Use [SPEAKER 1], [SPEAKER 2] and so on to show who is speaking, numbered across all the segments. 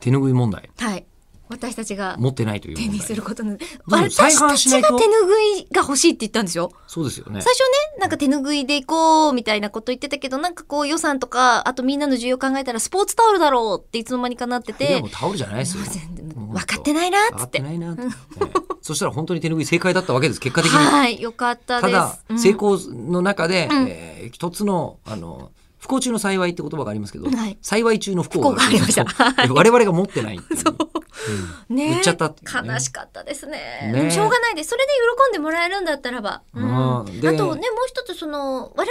[SPEAKER 1] 手拭い問題
[SPEAKER 2] はい。私たちが
[SPEAKER 1] 持ってないという
[SPEAKER 2] 手
[SPEAKER 1] 問
[SPEAKER 2] に
[SPEAKER 1] 題
[SPEAKER 2] することなんで。
[SPEAKER 1] う
[SPEAKER 2] 私た
[SPEAKER 1] 再販しな
[SPEAKER 2] ち
[SPEAKER 1] いと
[SPEAKER 2] が手拭いが欲しいって言ったんでしょ
[SPEAKER 1] そうですよね
[SPEAKER 2] 最初ね、なんか手拭いで行こうみたいなこと言ってたけど、なんかこう予算とか、あとみんなの需要考えたらスポーツタオルだろうっていつの間にかなって
[SPEAKER 1] いや
[SPEAKER 2] て
[SPEAKER 1] もう、タオルじゃないですよ
[SPEAKER 2] もう全然
[SPEAKER 1] もう
[SPEAKER 2] 分かってないな
[SPEAKER 1] 上
[SPEAKER 2] っつ
[SPEAKER 1] がっ
[SPEAKER 2] ってて。
[SPEAKER 1] ないなって、ねそしたら本当に手拭い正解だったわけです結果的 に
[SPEAKER 2] はい、よかった
[SPEAKER 1] た
[SPEAKER 2] です。
[SPEAKER 1] だ、
[SPEAKER 2] うん
[SPEAKER 1] 成功の中で、
[SPEAKER 2] うん
[SPEAKER 1] えー一つのあの不幸中の幸いって言葉がありますけど、
[SPEAKER 2] はい
[SPEAKER 1] 幸い中の不幸
[SPEAKER 2] 不幸がありましたはい
[SPEAKER 1] 我々が持ってないっていう
[SPEAKER 2] ねえ
[SPEAKER 1] 売っちゃったっていうね
[SPEAKER 2] 悲しかったですね
[SPEAKER 1] ねえ
[SPEAKER 2] でもしょうがないですそれで喜んでもらえるんだったらば、うん
[SPEAKER 1] うん
[SPEAKER 2] あと
[SPEAKER 1] で
[SPEAKER 2] ねもう一つその我々が思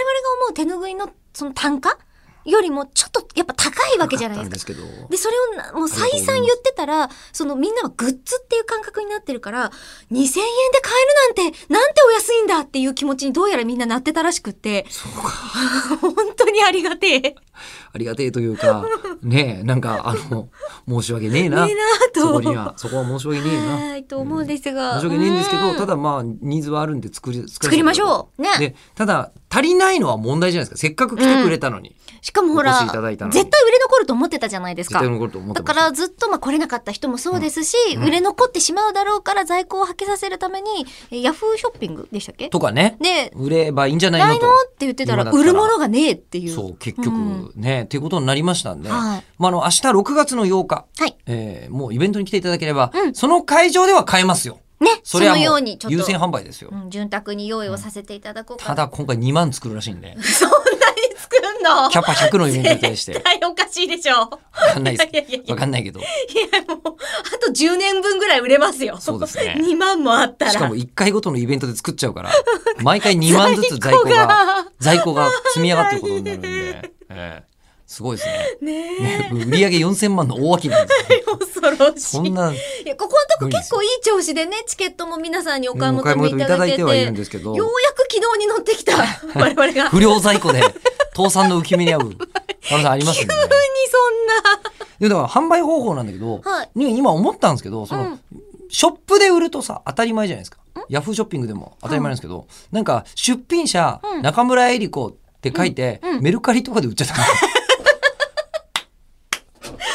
[SPEAKER 2] う手拭いのその単価よりもちょっとやっぱ高いわけじゃないですか
[SPEAKER 1] ですけどい
[SPEAKER 2] でそれをなもう再三言ってたらそのみんなはグッズっていう感覚になってるから2,000円で買えるなんてなんてお安いんだっていう気持ちにどうやらみんななってたらしくて
[SPEAKER 1] そうか
[SPEAKER 2] 本当にありがてえね
[SPEAKER 1] ありがてえというかねえなんかあの申し訳ねえ
[SPEAKER 2] え
[SPEAKER 1] な
[SPEAKER 2] なと
[SPEAKER 1] そこにはそこは申し訳ねえな
[SPEAKER 2] はいと思うんですが、
[SPEAKER 1] 申し訳ねえんですけど、
[SPEAKER 2] うん
[SPEAKER 1] ただまあニーズはあるんで作り作
[SPEAKER 2] 作りましょうね
[SPEAKER 1] でただ足りないのは問題じゃないですかせっかく来てくれたのに、
[SPEAKER 2] しかもほら
[SPEAKER 1] お越しい
[SPEAKER 2] 絶
[SPEAKER 1] ただいたのに
[SPEAKER 2] 対売れ残ると思ってたじゃないです
[SPEAKER 1] 絶
[SPEAKER 2] か
[SPEAKER 1] 対残ると思って
[SPEAKER 2] だ
[SPEAKER 1] ま
[SPEAKER 2] か
[SPEAKER 1] した
[SPEAKER 2] らずっとまあ来れなかった人もそうですし、
[SPEAKER 1] うん
[SPEAKER 2] 売れ残ってしまうだろうから在庫をはけさせるためにえヤフーショッピングでしたっけ
[SPEAKER 1] とかね
[SPEAKER 2] で
[SPEAKER 1] 売ればいいんじゃないの
[SPEAKER 2] ない
[SPEAKER 1] と
[SPEAKER 2] のって言ってたら
[SPEAKER 1] 今だったら
[SPEAKER 2] 売るものがねえっていう
[SPEAKER 1] そう結局
[SPEAKER 2] うん
[SPEAKER 1] ね、っていうことになりましたんで、
[SPEAKER 2] はい
[SPEAKER 1] まあ、あの明日6月の8日、
[SPEAKER 2] はい
[SPEAKER 1] えーもうイベントに来ていただければ、
[SPEAKER 2] うん
[SPEAKER 1] その会場では買えますよ
[SPEAKER 2] ねそ
[SPEAKER 1] それは
[SPEAKER 2] のよ
[SPEAKER 1] も
[SPEAKER 2] う
[SPEAKER 1] う
[SPEAKER 2] にちょっ
[SPEAKER 1] 優
[SPEAKER 2] と
[SPEAKER 1] 先販売ですよ、
[SPEAKER 2] うん、潤沢に用意をさせていただこうか
[SPEAKER 1] た
[SPEAKER 2] な
[SPEAKER 1] だ今回2万作るらしいんで
[SPEAKER 2] そん なに作んの
[SPEAKER 1] キャパ100のイベントに対して
[SPEAKER 2] 絶対おかし いでしょ う
[SPEAKER 1] わかんないです
[SPEAKER 2] いやいやいや
[SPEAKER 1] わかんないけどし
[SPEAKER 2] いやもうあと10年分ぐらい売れますよ
[SPEAKER 1] そうです ね
[SPEAKER 2] 2万もあったら
[SPEAKER 1] かも1回ごとのイベントで作っちゃうから毎回2万ずつ在庫
[SPEAKER 2] 在庫
[SPEAKER 1] が
[SPEAKER 2] が
[SPEAKER 1] 在庫が積み上がってることになるんで、えーすごいですね
[SPEAKER 2] ねえ
[SPEAKER 1] ね売り上げ4000万の大きなん ですよ
[SPEAKER 2] 恐ろしい
[SPEAKER 1] そんない
[SPEAKER 2] やここのとこ結構いい調子でねチケットも皆さんにお買い
[SPEAKER 1] お買い
[SPEAKER 2] 求めい
[SPEAKER 1] 求めい
[SPEAKER 2] た
[SPEAKER 1] た
[SPEAKER 2] だ
[SPEAKER 1] だい
[SPEAKER 2] け
[SPEAKER 1] て
[SPEAKER 2] て
[SPEAKER 1] はいるんですけど
[SPEAKER 2] ようやく軌道に乗って きた我々が
[SPEAKER 1] 不良在庫で倒産の浮き目に遭う 可能性ありますよね。
[SPEAKER 2] 急
[SPEAKER 1] でだから販売方法なんだけど、
[SPEAKER 2] はい
[SPEAKER 1] ね今思ったんですけどその、
[SPEAKER 2] うん
[SPEAKER 1] ショップで売るとさ当たり前じゃないですかヤフーショッピングでも当たり前なんですけど、なんか出品者、
[SPEAKER 2] うん
[SPEAKER 1] 中村江里子って書いて、
[SPEAKER 2] うんうん
[SPEAKER 1] メルカリとかで売っちゃった
[SPEAKER 2] に そんなあ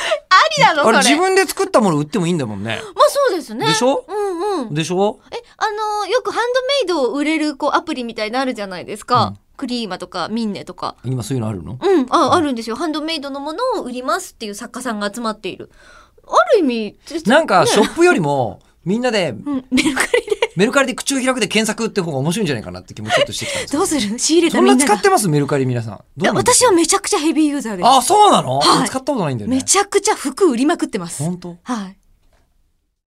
[SPEAKER 2] りなの
[SPEAKER 1] あ
[SPEAKER 2] それ
[SPEAKER 1] れ自分で作ったもの売ってもいいんだもんね。
[SPEAKER 2] まあそうですね
[SPEAKER 1] でしょ
[SPEAKER 2] うんうん
[SPEAKER 1] でしょ
[SPEAKER 2] えあのよくハンドメイドを売れるこうアプリみたいなのあるじゃないですか、
[SPEAKER 1] うん
[SPEAKER 2] クリーマとかミンネとか
[SPEAKER 1] 今そういうのあるの
[SPEAKER 2] うんああるんですよハンドメイドのものを売りますっていう作家さんが集まっているある意味
[SPEAKER 1] なんかショ
[SPEAKER 2] ね
[SPEAKER 1] ップよりもみんなで
[SPEAKER 2] うん、メルカリで
[SPEAKER 1] メルカリで口を開くで検索って方が面白いんじゃないかなって気もちょっとしてきたんですよ
[SPEAKER 2] どうする仕入れた
[SPEAKER 1] そん
[SPEAKER 2] み
[SPEAKER 1] なん
[SPEAKER 2] な
[SPEAKER 1] 使
[SPEAKER 2] が
[SPEAKER 1] ってますメルカリ皆さん。どう
[SPEAKER 2] いや
[SPEAKER 1] なんです
[SPEAKER 2] 私
[SPEAKER 1] か
[SPEAKER 2] はめちゃくちゃヘビーユーザーです
[SPEAKER 1] あ、そうなの、
[SPEAKER 2] はい
[SPEAKER 1] 使ったことないんだよね。
[SPEAKER 2] めちゃくちゃ服売りまくってます。
[SPEAKER 1] 本当
[SPEAKER 2] はい。